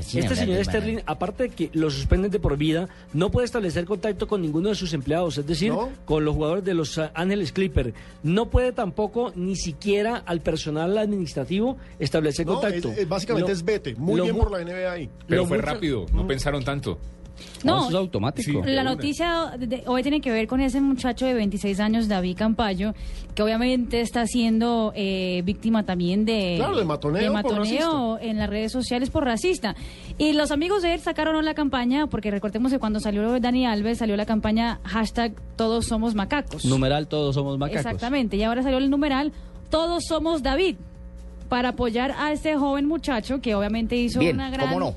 sin este hablar señor del Sterling, banano. aparte de que lo suspenden de por vida, no puede establecer contacto con ninguno de sus empleados, es decir, ¿No? con los jugadores de los ah, Ángeles Clipper. No puede tampoco ni siquiera al personal administrativo establecer No, contacto. es- es- básicamente Lo- es vete. Muy lo bien mu- por la NBA ahí. Pero Lo fue mucho- ¿Mm? rápido, no pensaron tanto. No, No, eso es automático. Sí. La una. noticia de hoy tiene que ver con ese muchacho de 26 años, David Campayo, que obviamente está siendo eh, víctima también de, Claro, de matoneo por matoneo en las redes sociales por racista. Y los amigos de él sacaron la campaña, porque recordemos que cuando salió Dani Alves, salió la campaña hashtag todos somos macacos. Pues, Numeral todos somos macacos. Exactamente, y ahora salió el numeral todos somos David, para apoyar a este joven muchacho que obviamente hizo Bien, una gran... ¿cómo no?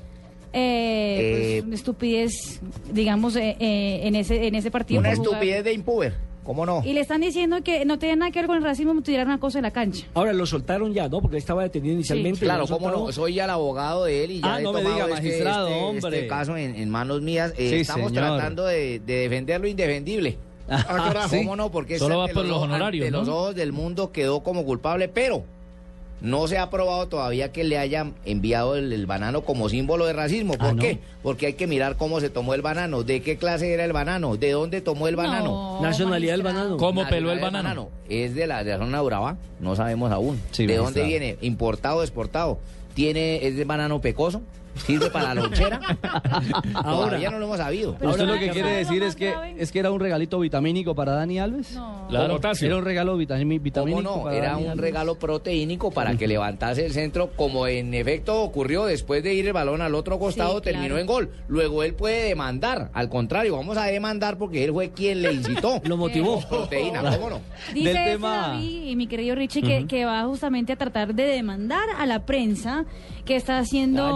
eh, pues, Eh, una estupidez, digamos, eh, eh, en ese en ese partido. Una por jugar. estupidez de Impuber. ¿Cómo no? Y le están diciendo que no tiene nada que ver con el racismo, tirar una cosa de la cancha. Ahora lo soltaron ya, ¿no? Porque él estaba detenido inicialmente. Claro, lo cómo no, soltaron. soy ya el abogado de él y ya Ah, he no me tomado diga, este- magistrado, este, este hombre. caso en, en manos mías. Eh, Sí, estamos señor. tratando de, de defender lo indefendible. Ah, carajo. ¿Cómo no? Porque Solo va ante por los ojos- honorarios, ante ¿no? los ojos del mundo quedó como culpable, pero no se ha probado todavía que le hayan enviado el, el banano como símbolo de racismo. ¿Por Ah, ¿no? qué? Porque hay que mirar cómo se tomó el banano, de qué clase era el banano, de dónde tomó el banano. No, Nacionalidad del banano. magistrado. ¿Cómo peló el Nacionalidad del banano? Es de la, de la zona de Urabá, no sabemos aún. Sí, ¿De magistrado. dónde viene? ¿Importado, exportado? ¿Tiene, ¿Es de banano pecoso? ¿Sirve para la lonchera? todavía no lo hemos sabido. Pero ¿Usted no lo que hay quiere que decir hacerlo es que, más grave. es que era un regalito vitamínico para Dani Alves? No. Claro. potasio. Era un regalo vitami- ¿Cómo vitamínico. no? para Era Dani un Alves. regalo proteínico para que levantase el centro, como en efecto ocurrió después de ir el balón al otro costado, Sí, claro. terminó en gol. Luego él puede demandar, al contrario, vamos a demandar porque él fue quien le incitó. Lo motivó. Proteína, ¿cómo no? Dice Del eso tema- David y mi querido Richie que, que va justamente a tratar de demandar a la prensa que está Ah, ya perdí el haciendo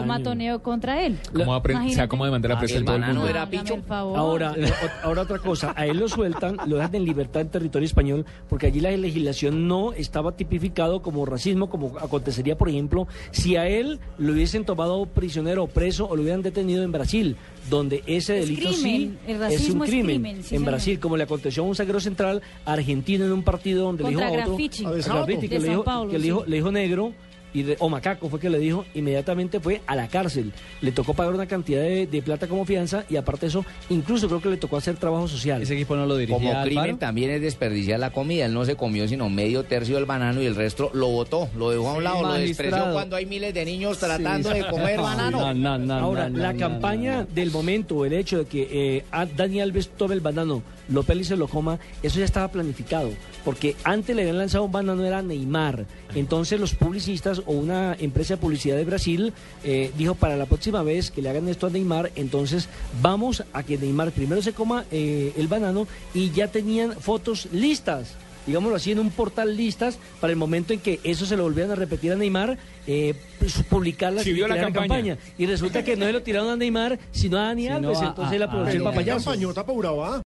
año. matoneo contra él. ¿Cómo va a pre- o sea, Imagínate. cómo demandar a Ah, presa el en todo el banano mundo? era- Hágame picho. el favor. Ahora, lo- o- ahora otra cosa, a él lo sueltan, lo dejan en libertad en territorio español, porque allí la legislación no estaba tipificado como racismo, como acontecería, por ejemplo, si a él lo hubiesen tomado prisionero o preso o lo hubieran detenido en Brasil, donde ese Es delito crimen, sí el es un racismo es crimen. crimen, sí, en señor. Brasil, como le aconteció a un zaguero central argentino en un partido donde le Contra dijo a otro, Graffiti. A ver, a Graffiti, que, De le Sao dijo, Paulo, que le sí. dijo- le dijo negro y de- o macaco fue que le dijo, inmediatamente fue a la cárcel. Le tocó pagar una cantidad de, de plata como fianza y aparte de eso, incluso creo que le tocó hacer trabajo social. Ese equipo no lo dirigía Como Alfaro. crimen también es desperdiciar la comida. Él no se comió sino medio tercio del banano y el resto lo botó, lo dejó a un Sí, lado, lo despreció magistrado. cuando hay miles de niños tratando Sí. de comer No, banano. no, no, no, Ahora, no, la no, campaña no, no. del momento, el hecho de que eh, a Dani Alves tome el banano, lo pele y se lo coma, eso ya estaba planificado. Porque antes le habían lanzado un banano, era Neymar. Entonces, los publicistas o una empresa de publicidad de Brasil eh, dijo: para la próxima vez que le hagan esto a Neymar, entonces vamos a que Neymar primero se coma eh, el banano y ya tenían fotos listas. Digámoslo así, en un portal listas para el momento en que eso se lo volvieran a repetir a Neymar, eh, pues, publicarlas Sí, y vio la crear campaña. y resulta que no se lo tiraron a Neymar, sino a Dani Sino Alves. a- Entonces a- él a- aprovechó el Pero qué papayazo. campañota ¿ah? para Urabá.